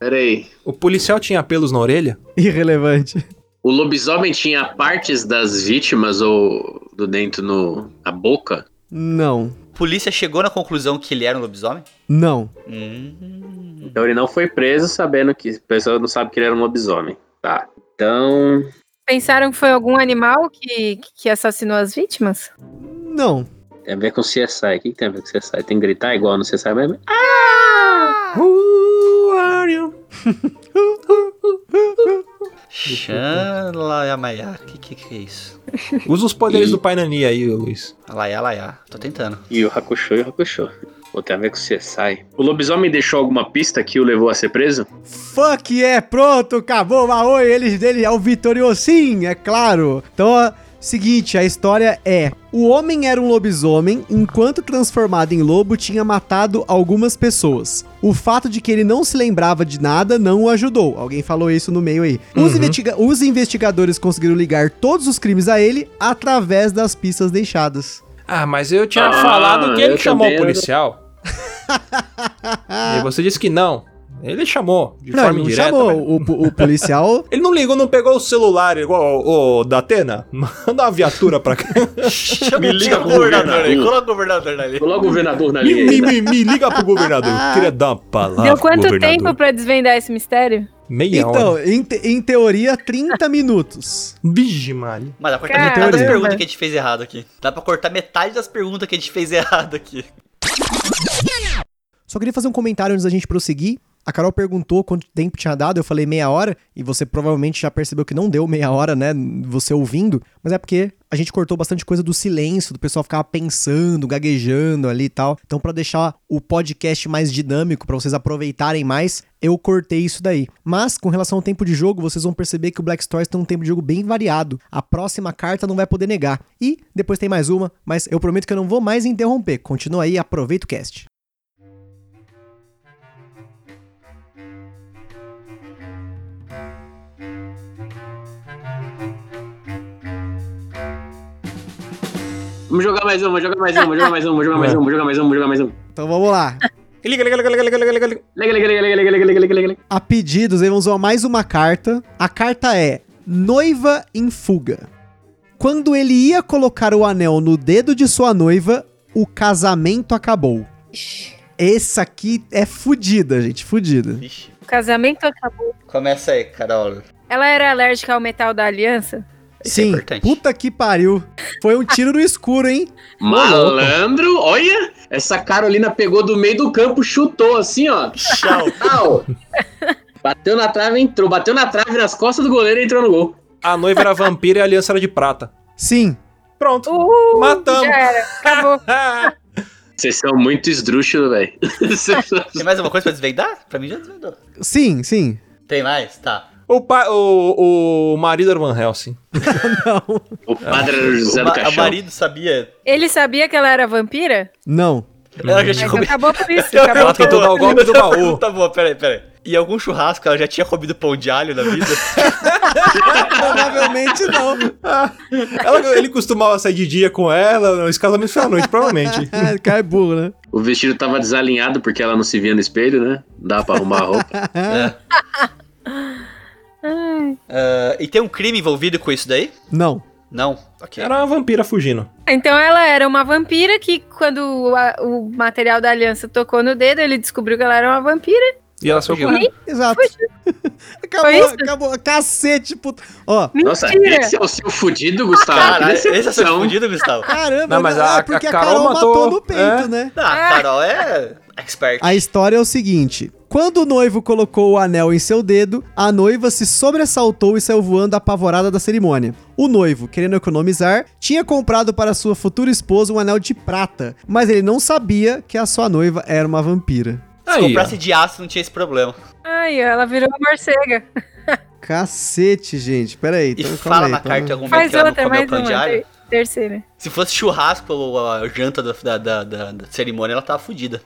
Speaker 6: Peraí.
Speaker 4: O policial tinha pelos na orelha?
Speaker 2: Irrelevante.
Speaker 6: O lobisomem tinha partes das vítimas ou do dentro no, na boca?
Speaker 2: Não.
Speaker 5: Polícia chegou na conclusão que ele era um lobisomem?
Speaker 2: Não.
Speaker 5: Hum.
Speaker 6: Então ele não foi preso sabendo que. O pessoal não sabe que ele era um lobisomem. Tá. Então.
Speaker 3: Pensaram que foi algum animal que, que assassinou as vítimas?
Speaker 2: Não.
Speaker 6: Tem a ver com CSI. O que que tem a ver com CSI? Tem que gritar igual no CSI mesmo?
Speaker 2: Ah.
Speaker 4: Who are you?
Speaker 5: Xanla Yamaya. Que, que que é isso?
Speaker 4: Usa os poderes
Speaker 6: E-
Speaker 4: do Pai Nani aí, Luiz.
Speaker 5: Alaiá, alaiá. Tô tentando.
Speaker 6: E o Hakusho e o Hakusho. Ou tem a ver com CSI. O lobisomem deixou alguma pista que o levou a ser preso?
Speaker 2: Fuck é, pronto, acabou, Maoi, eles dele é o vitorioso, sim, é claro. Então, ó, seguinte, a história é: o homem era um lobisomem, enquanto transformado em lobo, tinha matado algumas pessoas. O fato de que ele não se lembrava de nada não o ajudou. Alguém falou isso no meio aí. Os,
Speaker 4: Uhum.
Speaker 2: investiga- os investigadores conseguiram ligar todos os crimes a ele através das pistas deixadas.
Speaker 4: Ah, mas eu tinha
Speaker 6: Ah,
Speaker 4: falado que ele
Speaker 6: eu
Speaker 4: chamou o
Speaker 6: também era-
Speaker 4: policial. e você disse que não. Ele chamou, de
Speaker 2: Não, ele
Speaker 4: forma
Speaker 2: não
Speaker 4: indireta.
Speaker 2: chamou
Speaker 4: mas-
Speaker 2: o, o- o policial.
Speaker 4: Ele não ligou, não pegou o celular igual o, o da Atena. Manda uma viatura pra cá.
Speaker 5: Chama
Speaker 6: Me
Speaker 5: o
Speaker 6: liga
Speaker 5: tio
Speaker 6: pro
Speaker 5: governador aí.
Speaker 6: governador.
Speaker 5: Coloca o governador ali.
Speaker 6: Coloca o governador na
Speaker 4: me, me,
Speaker 6: linha.
Speaker 4: me, me liga pro governador. Eu queria dar uma palavra.
Speaker 3: Deu
Speaker 4: pro
Speaker 3: quanto
Speaker 4: Ah, governador.
Speaker 3: tempo pra desvendar esse mistério?
Speaker 4: Meia
Speaker 2: Então,
Speaker 4: hora.
Speaker 2: em, te- em teoria, 30 minutos.
Speaker 4: Vixe, Mari.
Speaker 5: Mas dá pra cortar metade das
Speaker 2: Caramba.
Speaker 5: perguntas que a gente fez errado aqui. Dá pra cortar metade das perguntas que a gente fez errado aqui.
Speaker 7: Só queria fazer um comentário antes da gente prosseguir. A Carol perguntou quanto tempo tinha dado, eu falei meia hora, e você provavelmente já percebeu que não deu meia hora, né? Você ouvindo, mas é porque a gente cortou bastante coisa do silêncio, do pessoal ficar pensando, gaguejando ali e tal. Então, pra deixar o podcast mais dinâmico, pra vocês aproveitarem mais, eu cortei isso daí. Mas, com relação ao tempo de jogo, vocês vão perceber que o Black Stories tem um tempo de jogo bem variado. A próxima carta não vai poder negar. E depois tem mais uma, mas eu prometo que eu não vou mais interromper. Continua aí, aproveita o cast.
Speaker 6: Vamos jogar mais um, vamos jogar mais um, vamos jogar mais um, vamos jogar mais um, vamos jogar mais um, vamos jogar mais um.
Speaker 2: Então vamos lá.
Speaker 4: Liga, liga, liga, liga, liga, liga, liga, liga.
Speaker 6: Liga, liga, liga, liga, liga, liga, liga, liga, liga.
Speaker 2: A pedidos, eles vão usar mais uma carta. A carta é Noiva em Fuga. Quando ele ia colocar o anel no dedo de sua noiva, o casamento acabou. Essa aqui é fudida, gente, fudida.
Speaker 5: Ixi.
Speaker 3: O casamento acabou.
Speaker 5: Começa aí, Carol.
Speaker 3: Ela era alérgica ao metal da aliança?
Speaker 5: Isso é
Speaker 2: Sim,
Speaker 5: importante.
Speaker 2: puta que pariu. Foi um tiro no escuro, hein?
Speaker 6: Malandro, olha! Essa Carolina pegou do meio do campo, chutou assim, ó.
Speaker 5: Tchau.
Speaker 6: Au. Bateu na trave, entrou. Bateu na trave, nas costas do goleiro, entrou no gol.
Speaker 4: A noiva era vampira e a aliança era de prata.
Speaker 2: Sim.
Speaker 4: Pronto.
Speaker 3: Uhul!
Speaker 4: Matamos.
Speaker 3: Uh, Já era, acabou.
Speaker 4: Ah,
Speaker 3: Uh.
Speaker 6: Vocês são muito esdrúxulos, velho.
Speaker 5: Tem mais alguma coisa pra desvendar? Pra mim já desvendou.
Speaker 2: Sim, sim.
Speaker 5: Tem mais? Tá.
Speaker 4: o, pai, o, o marido era o Van Helsing.
Speaker 6: O padre era o José
Speaker 5: O
Speaker 6: do
Speaker 5: ma- a
Speaker 6: Caixão.
Speaker 5: marido sabia.
Speaker 3: Ele sabia que ela era vampira?
Speaker 2: Não.
Speaker 5: Ela já
Speaker 3: Mas
Speaker 5: tinha comido.
Speaker 3: acabou por isso. Acabou
Speaker 4: Ela tentou
Speaker 3: por...
Speaker 4: dar o golpe do baú.
Speaker 5: Uhum. Tá bom, peraí, peraí. Em algum churrasco ela já tinha comido pão de alho na vida?
Speaker 2: Provavelmente não.
Speaker 4: Ela- ele costumava sair de dia com ela, esse casamento foi à noite, provavelmente.
Speaker 2: Ah, Cai burro, né?
Speaker 6: O vestido tava desalinhado porque ela não se via no espelho, né? Não dava pra arrumar a roupa.
Speaker 5: É. Ah, e tem um crime envolvido com isso daí?
Speaker 2: Não.
Speaker 5: Não. Ok.
Speaker 4: Era uma vampira fugindo.
Speaker 3: Então ela era uma vampira que quando a- o material da aliança tocou no dedo, ele descobriu que ela era uma vampira.
Speaker 4: E ela saiu
Speaker 5: Fugiu.
Speaker 4: correndo.
Speaker 2: Exato.
Speaker 3: Foi
Speaker 2: Acabou,
Speaker 3: isso?
Speaker 2: acabou. Cacete, puta. Ó,
Speaker 6: Nossa,
Speaker 3: Mentira!
Speaker 6: esse é o seu fudido, Gustavo.
Speaker 5: Caralho, esse
Speaker 6: que
Speaker 5: é seu
Speaker 6: decepção.
Speaker 5: escondido, Gustavo?
Speaker 2: Caramba,
Speaker 4: Não, mas
Speaker 2: não,
Speaker 4: a-
Speaker 2: é porque a,
Speaker 4: a
Speaker 2: Carol,
Speaker 4: Carol
Speaker 2: matou,
Speaker 4: matou,
Speaker 2: no peito,
Speaker 4: é.
Speaker 2: né?
Speaker 5: Ah, Carol é expert.
Speaker 2: A história é o seguinte: quando o noivo colocou o anel em seu dedo, a noiva se sobressaltou e saiu voando apavorada da cerimônia. O noivo, querendo economizar, tinha comprado para sua futura esposa um anel de prata, mas ele não sabia que a sua noiva era uma vampira.
Speaker 5: Se
Speaker 4: Aí,
Speaker 5: comprasse de aço não tinha esse problema.
Speaker 3: Ai, ela virou uma morcega.
Speaker 2: Cacete, gente. Pera aí.
Speaker 5: E
Speaker 2: então, calma
Speaker 5: fala
Speaker 2: aí,
Speaker 5: na
Speaker 2: calma aí.
Speaker 5: carta em algum momento
Speaker 3: Mais
Speaker 5: que ela não
Speaker 3: outra,
Speaker 5: comeu
Speaker 3: mais
Speaker 5: pão de
Speaker 3: uma.
Speaker 5: alho.
Speaker 3: ter- Terceira.
Speaker 5: Se fosse churrasco ou a janta da, da- da- da- da cerimônia, ela tava fudida.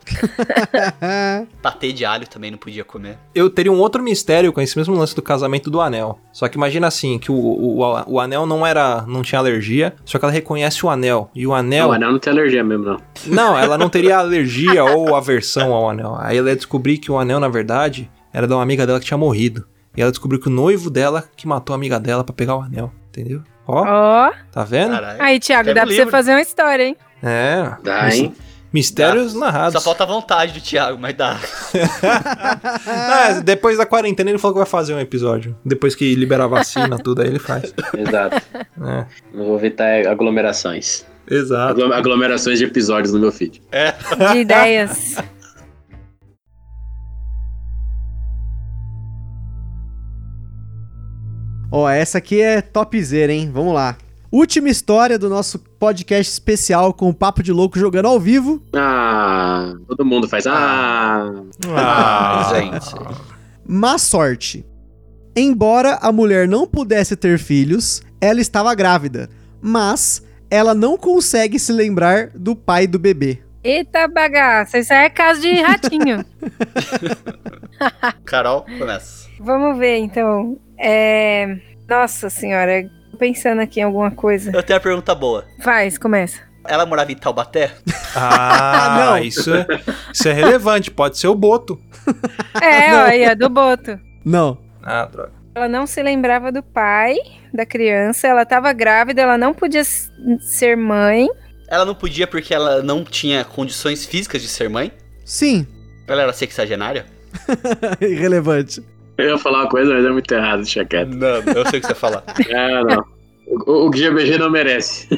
Speaker 5: Patê de alho também não podia comer.
Speaker 4: eu teria um outro mistério com esse mesmo lance do casamento do anel. Só que imagina assim, que o, o, o anel não era. não tinha alergia, só que ela reconhece o anel. E o anel.
Speaker 6: Não, anel não tem alergia mesmo, não.
Speaker 4: Não, ela não teria alergia ou aversão ao anel. Aí ela ia descobrir que o anel, na verdade, era de uma amiga dela que tinha morrido. E ela descobriu que o noivo dela que matou a amiga dela pra pegar o anel. Entendeu? Ó,
Speaker 3: Ó.
Speaker 4: tá vendo?
Speaker 5: Caralho.
Speaker 3: Aí, Thiago,
Speaker 5: Pega
Speaker 3: dá
Speaker 5: o
Speaker 3: pra você
Speaker 5: livro.
Speaker 3: fazer uma história, hein?
Speaker 4: É.
Speaker 6: Dá,
Speaker 4: mis-
Speaker 6: hein?
Speaker 4: Mistérios narrados.
Speaker 5: Só falta a vontade do Thiago, mas dá.
Speaker 4: Ah, depois da quarentena ele falou que vai fazer um episódio. Depois que liberar a vacina, tudo, aí ele faz.
Speaker 6: Exato.
Speaker 4: É.
Speaker 6: Não vou evitar aglomerações.
Speaker 5: Ah.
Speaker 4: Exato.
Speaker 6: Aglo- Aglomerações de episódios no meu feed.
Speaker 3: De ideias.
Speaker 2: Ó, essa aqui é topzera, hein? Vamos lá. Última história do nosso podcast especial com o Papo de Louco jogando ao vivo.
Speaker 6: Ah, todo mundo faz. Ah,
Speaker 5: Ah, gente.
Speaker 2: Má sorte. Embora a mulher não pudesse ter filhos, ela estava grávida. Mas ela não consegue se lembrar do pai do bebê.
Speaker 3: Eita bagaça, isso aí é caso de ratinho.
Speaker 5: Carol, começa.
Speaker 3: Vamos ver, então. É, Nossa senhora, tô pensando aqui em alguma coisa.
Speaker 5: Eu tenho a pergunta boa.
Speaker 3: Faz, começa.
Speaker 5: Ela morava em Taubaté?
Speaker 4: Ah,
Speaker 2: Não.
Speaker 4: Isso, é, isso é relevante. Pode ser o Boto.
Speaker 3: É, ó, aí, ó, do Boto.
Speaker 2: Não.
Speaker 4: Ah, droga.
Speaker 3: Ela não se lembrava do pai da criança, ela tava grávida, ela não podia s- ser mãe.
Speaker 5: Ela não podia porque ela não tinha condições físicas de ser mãe?
Speaker 2: Sim.
Speaker 5: Ela era sexagenária?
Speaker 2: Irrelevante.
Speaker 6: Eu ia falar uma coisa, mas é muito errado, deixa quieto.
Speaker 5: Não, eu sei o que você fala.
Speaker 6: Ah, não. O, o GBG não merece.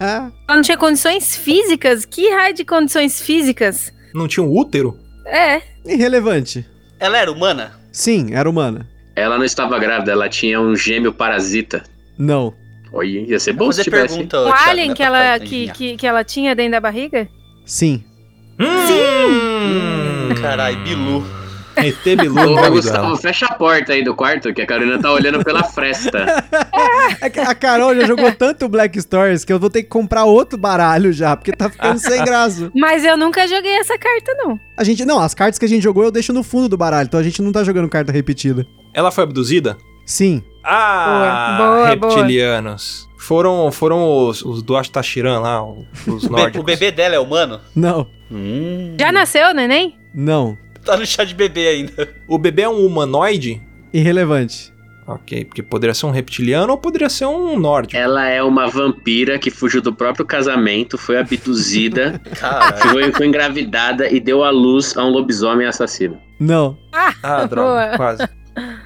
Speaker 3: Ela não tinha condições físicas? Que raio de condições físicas?
Speaker 4: Não tinha um útero?
Speaker 3: É,
Speaker 2: Irrelevante.
Speaker 5: Ela era humana?
Speaker 2: Sim, era humana.
Speaker 6: Ela não estava grávida, ela tinha um gêmeo parasita.
Speaker 2: Não.
Speaker 6: Olha, ia ser bom se
Speaker 5: Fazer
Speaker 6: tivesse.
Speaker 5: pergunta,
Speaker 3: o
Speaker 5: Thiago,
Speaker 3: Um alien
Speaker 5: né,
Speaker 3: que
Speaker 5: pra- pra
Speaker 3: ela, que,
Speaker 5: adivinhar.
Speaker 3: que, que ela tinha dentro da barriga?
Speaker 2: Sim.
Speaker 4: Hum. Sim!
Speaker 5: Hum, Carai, Bilu.
Speaker 4: ET Bilu
Speaker 6: Ô,
Speaker 4: no nome
Speaker 6: Gustavo,
Speaker 4: dela.
Speaker 6: fecha a porta aí do quarto, que a Carolina tá olhando pela fresta.
Speaker 2: É que A Carol já jogou tanto Black Stories que eu vou ter que comprar outro baralho já, porque tá ficando sem graça.
Speaker 3: Mas eu nunca joguei essa carta, não.
Speaker 2: A gente. Não, as cartas que a gente jogou eu deixo no fundo do baralho, então a gente não tá jogando carta repetida.
Speaker 4: Ela foi abduzida?
Speaker 2: Sim.
Speaker 4: Ah,
Speaker 3: Boa, boa, boa.
Speaker 4: reptilianos. Foram, foram os, os do Ashtashiran lá, o- os
Speaker 5: O be-
Speaker 4: nórdicos.
Speaker 5: O bebê dela é humano?
Speaker 2: Não.
Speaker 5: Hum.
Speaker 3: Já nasceu, neném?
Speaker 2: Não.
Speaker 5: Tá no chá de bebê ainda.
Speaker 4: O bebê é um humanoide?
Speaker 2: Irrelevante.
Speaker 4: Ok, porque poderia ser um reptiliano ou poderia ser um nórdico.
Speaker 6: Ela é uma vampira que fugiu do próprio casamento, foi abduzida,
Speaker 5: Caralho.
Speaker 6: foi, foi engravidada e deu à luz a um lobisomem assassino.
Speaker 2: Não.
Speaker 4: Ah, droga,
Speaker 3: Boa.
Speaker 4: quase.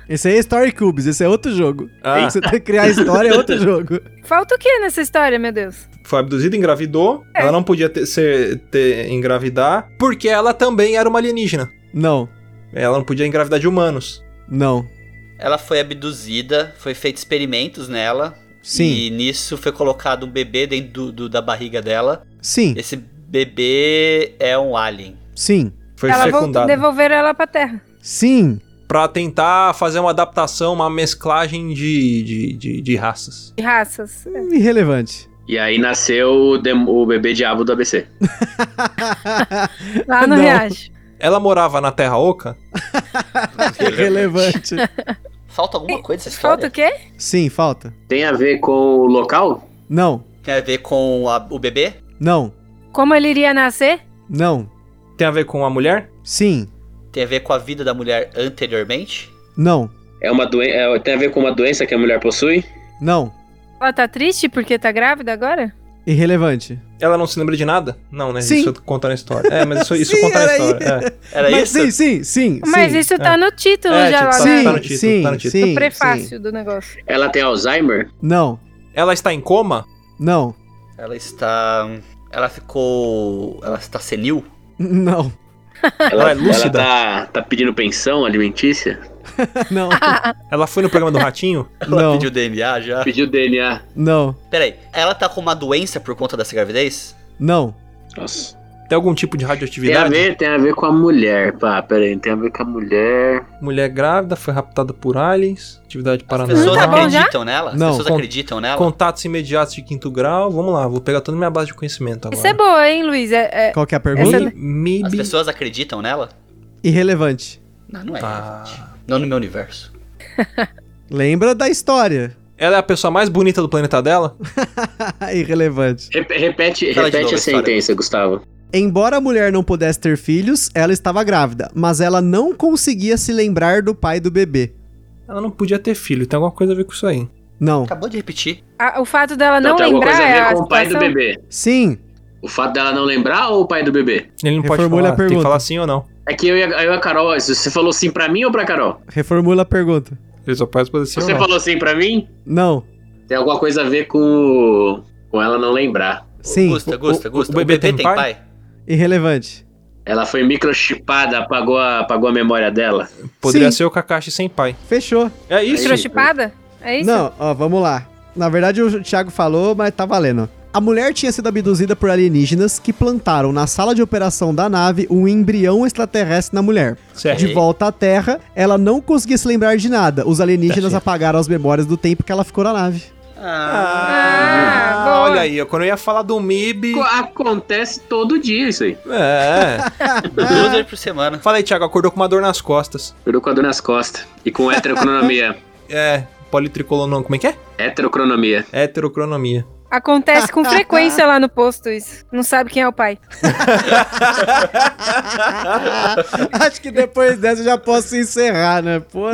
Speaker 2: Esse aí é Story Cubes, esse é outro jogo.
Speaker 4: Ah,
Speaker 2: Você tem que criar história, é outro jogo.
Speaker 3: Falta o que nessa história, meu Deus?
Speaker 4: foi abduzida, engravidou. Ela não podia ter, ser, ter- engravidar, porque ela também era uma alienígena.
Speaker 2: Não.
Speaker 4: Ela não podia engravidar de humanos.
Speaker 2: Não.
Speaker 5: Ela foi abduzida, foi feito experimentos nela.
Speaker 2: Sim.
Speaker 5: E nisso foi colocado um bebê dentro do- do- da barriga dela.
Speaker 2: Sim.
Speaker 5: Esse bebê é um alien.
Speaker 2: Sim.
Speaker 4: Foi
Speaker 3: ela voltou,
Speaker 4: fecundada.
Speaker 3: devolveram ela pra terra.
Speaker 2: Sim.
Speaker 4: Pra tentar fazer uma adaptação, uma mesclagem de, de, de, de raças.
Speaker 3: De raças.
Speaker 2: Hum, Irrelevante.
Speaker 6: E aí nasceu o, dem- o bebê diabo do ABC.
Speaker 3: Lá no
Speaker 2: Não.
Speaker 3: Riacho.
Speaker 4: Ela morava na Terra Oca?
Speaker 2: Irrelevante.
Speaker 5: Falta alguma coisa essa
Speaker 3: Falta
Speaker 5: história?
Speaker 3: o quê?
Speaker 2: Sim, falta.
Speaker 6: Tem a ver com o local?
Speaker 2: Não.
Speaker 5: Tem a ver com a- o bebê?
Speaker 2: Não.
Speaker 3: Como ele iria nascer?
Speaker 2: Não.
Speaker 4: Tem a ver com a mulher?
Speaker 2: Sim.
Speaker 5: Tem a ver com a vida da mulher anteriormente?
Speaker 2: Não.
Speaker 6: É uma doen é- tem a ver com uma doença que a mulher possui?
Speaker 2: Não.
Speaker 3: Ela tá triste porque tá grávida agora?
Speaker 2: Irrelevante.
Speaker 4: Ela não se lembra de nada? Não, né?
Speaker 2: Sim.
Speaker 4: Isso conta na história. É, mas isso, isso
Speaker 2: Sim,
Speaker 4: conta na
Speaker 2: era
Speaker 4: história. É.
Speaker 5: Era
Speaker 2: Mas
Speaker 5: isso?
Speaker 2: sim, sim, sim.
Speaker 3: Mas
Speaker 2: sim.
Speaker 3: isso tá no título
Speaker 4: É,
Speaker 3: já
Speaker 4: tipo,
Speaker 3: lá na-
Speaker 4: tá-
Speaker 2: sim,
Speaker 4: tá no título,
Speaker 2: sim,
Speaker 4: tá no título.
Speaker 2: sim,
Speaker 3: no prefácio
Speaker 2: sim.
Speaker 3: do negócio.
Speaker 6: Ela tem Alzheimer?
Speaker 2: Não,
Speaker 4: Ela está em coma?
Speaker 2: não,
Speaker 5: Ela está. Ela ficou. Ela está senil?
Speaker 2: não,
Speaker 4: Ela
Speaker 6: Ela,
Speaker 4: é lúcida?
Speaker 6: ela tá, tá pedindo pensão alimentícia?
Speaker 2: não,
Speaker 4: Ela foi no programa do Ratinho?
Speaker 5: Ela
Speaker 2: Não.
Speaker 5: pediu DNA
Speaker 4: Tá.
Speaker 5: já?
Speaker 6: Pediu DNA.
Speaker 2: não,
Speaker 5: Peraí, ela tá com uma doença por conta dessa gravidez?
Speaker 2: não.
Speaker 6: Nossa.
Speaker 4: Tem algum tipo de
Speaker 6: Tem É a
Speaker 4: radioatividade?
Speaker 6: ver, tem a ver com a mulher, pá, pera aí, tem a ver com a mulher.
Speaker 4: Mulher grávida foi raptada por aliens, atividade
Speaker 5: As pessoas
Speaker 4: paranormal,
Speaker 3: Tá bom já?
Speaker 5: acreditam nela? As
Speaker 2: Não.
Speaker 5: pessoas
Speaker 4: Con-
Speaker 5: acreditam nela?
Speaker 4: contatos imediatos de quinto grau. Vamos lá, vou pegar toda a minha base de conhecimento
Speaker 2: Tá
Speaker 4: agora.
Speaker 3: Isso é boa, hein, Luiz? É- é-
Speaker 2: Qual que é a
Speaker 4: Mi-
Speaker 2: pergunta?
Speaker 3: Essa-
Speaker 5: As
Speaker 4: Mibi-
Speaker 5: pessoas acreditam nela?
Speaker 2: Irrelevante.
Speaker 5: Não, não é.
Speaker 4: Tá.
Speaker 5: relevante. Não no meu universo.
Speaker 2: Lembra da história.
Speaker 4: Ela é a pessoa mais bonita do planeta dela?
Speaker 2: Irrelevante.
Speaker 6: Rep- repete
Speaker 5: Fala de novo
Speaker 6: repete a
Speaker 5: a história.
Speaker 6: sentença, Gustavo.
Speaker 2: Embora a mulher não pudesse ter filhos, ela estava grávida, mas ela não conseguia se lembrar do pai do bebê.
Speaker 4: Ela não podia ter filho, tem alguma coisa a ver com isso aí.
Speaker 2: Não.
Speaker 5: Acabou de repetir.
Speaker 3: a- o fato dela não,
Speaker 6: Então tem alguma
Speaker 3: lembrar
Speaker 6: coisa a
Speaker 3: é
Speaker 6: ver
Speaker 3: a
Speaker 6: com o pai do
Speaker 3: situação-
Speaker 6: bebê.
Speaker 2: Sim,
Speaker 6: O fato dela não lembrar ou o pai do bebê?
Speaker 4: Ele não pode
Speaker 2: Reformule
Speaker 4: falar,
Speaker 2: a
Speaker 4: tem que
Speaker 2: pergunta.
Speaker 4: falar sim ou não.
Speaker 6: É que eu e a, eu e a Carol, você falou sim pra mim ou pra Carol?
Speaker 2: reformula a pergunta.
Speaker 4: Ele só pode responder sim
Speaker 6: Você
Speaker 4: ou não.
Speaker 6: falou sim pra mim?
Speaker 2: Não,
Speaker 6: Tem alguma coisa a ver com, com ela não lembrar.
Speaker 2: sim,
Speaker 5: Gusta, Gusta,
Speaker 4: o-
Speaker 5: Gusta.
Speaker 4: o bebê tem pai?
Speaker 2: irrelevante.
Speaker 6: Ela foi microchipada, apagou a, apagou a memória dela.
Speaker 4: Poderia
Speaker 2: Sim.
Speaker 4: ser o Kakashi sem pai.
Speaker 2: Fechou.
Speaker 4: É isso?
Speaker 6: Sim.
Speaker 3: Microchipada? É isso?
Speaker 2: Não, ó, vamos lá. Na verdade, o Thiago falou, mas tá valendo. A mulher tinha sido abduzida por alienígenas que plantaram na sala de operação da nave um embrião extraterrestre na mulher.
Speaker 4: Certo.
Speaker 2: De volta à Terra, ela não conseguia se lembrar de nada. Os alienígenas apagaram as memórias do tempo que ela ficou na nave.
Speaker 5: Ah,
Speaker 4: Ah,
Speaker 3: Ah, boa.
Speaker 4: olha aí, ó, quando eu ia falar do MIB.
Speaker 6: Co- Acontece todo dia isso aí.
Speaker 4: É.
Speaker 5: duas vezes por semana.
Speaker 4: Falei, Thiago, acordou com uma dor nas costas.
Speaker 6: Perdeu com a dor nas costas. E com heterocronomia.
Speaker 4: É, politricolonom, como é que é?
Speaker 6: heterocronomia.
Speaker 4: Heterocronomia.
Speaker 3: Acontece com frequência lá no posto isso. Não sabe quem é o pai.
Speaker 2: Acho que depois dessa eu já posso encerrar, né? Pô.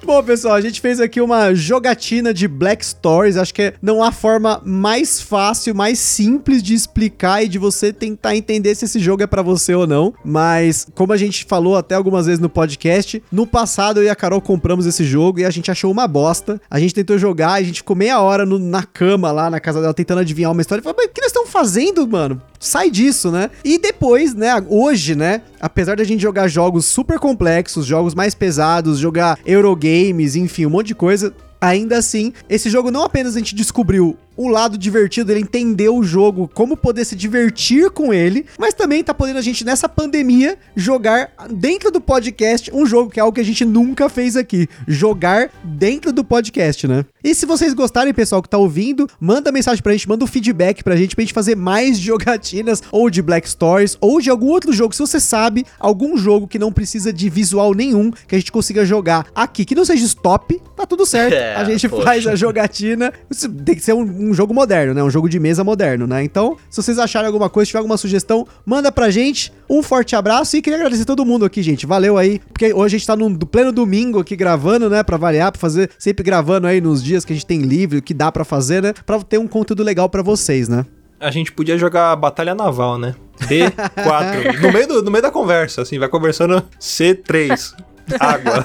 Speaker 2: Bom, pessoal, a gente fez aqui uma jogatina de Black Stories. Acho que não há forma mais fácil, mais simples de explicar e de você tentar entender se esse jogo é pra você ou não. Mas, como a gente falou até algumas vezes no podcast, no passado eu e a Carol compramos esse jogo e a gente achou uma bosta. A gente tentou jogar, a gente ficou meia hora no- na cama lá na casa dela tentando adivinhar uma história. Eu Falei, mas o que eles estão fazendo, mano? Sai disso, né? E depois, né, hoje, né, apesar da gente jogar jogos super complexos, jogos mais pesados, jogar Eurogames, enfim, um monte de coisa, ainda assim, esse jogo não apenas a gente descobriu o lado divertido, ele entendeu o jogo, como poder se divertir com ele, mas também tá podendo a gente, nessa pandemia, jogar dentro do podcast um jogo que é algo que a gente nunca fez aqui. Jogar dentro do podcast, né? E se vocês gostarem, pessoal que tá ouvindo, manda mensagem pra gente, manda um feedback pra gente, pra gente fazer mais jogatinas, ou de Black Stories, ou de algum outro jogo. Se você sabe, algum jogo que não precisa de visual nenhum, que a gente consiga jogar aqui, que não seja stop, tá tudo certo.
Speaker 5: É,
Speaker 2: a gente
Speaker 5: poxa.
Speaker 2: faz a jogatina. Isso tem que ser um, um jogo moderno, né? Um jogo de mesa moderno, né? Então, se vocês acharem alguma coisa, tiver alguma sugestão, manda pra gente. Um forte abraço e queria agradecer todo mundo aqui, gente. Valeu aí, porque hoje a gente tá num do- pleno domingo aqui gravando, né? Pra variar, pra fazer, sempre gravando aí nos dias que a gente tem livre, o que dá pra fazer, né? Pra ter um conteúdo legal pra vocês, né?
Speaker 4: A gente podia jogar Batalha Naval, né? D4. no, meio do- no meio da conversa, assim, vai conversando C3. Água.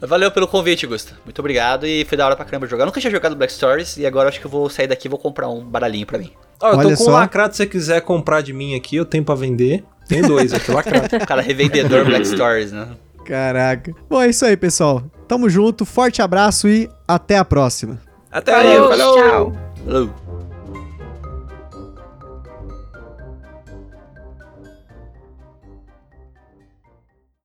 Speaker 5: Valeu pelo convite, Gusta. Muito obrigado e foi da hora pra caramba jogar. Eu nunca tinha jogado Black Stories e agora acho que eu vou sair daqui e vou comprar um baralhinho pra mim.
Speaker 4: Ó, eu tô
Speaker 2: Olha
Speaker 4: com
Speaker 2: só.
Speaker 4: um lacrado, se você quiser comprar de mim aqui, eu tenho pra vender. Tem dois aqui, lacrado.
Speaker 5: Cara, revendedor Black Stories, né?
Speaker 2: Caraca. Bom, é isso aí, pessoal. Tamo junto, forte abraço e até a próxima.
Speaker 4: Até aí,
Speaker 3: Falou,
Speaker 4: valeu!
Speaker 3: Tchau.
Speaker 5: Falou.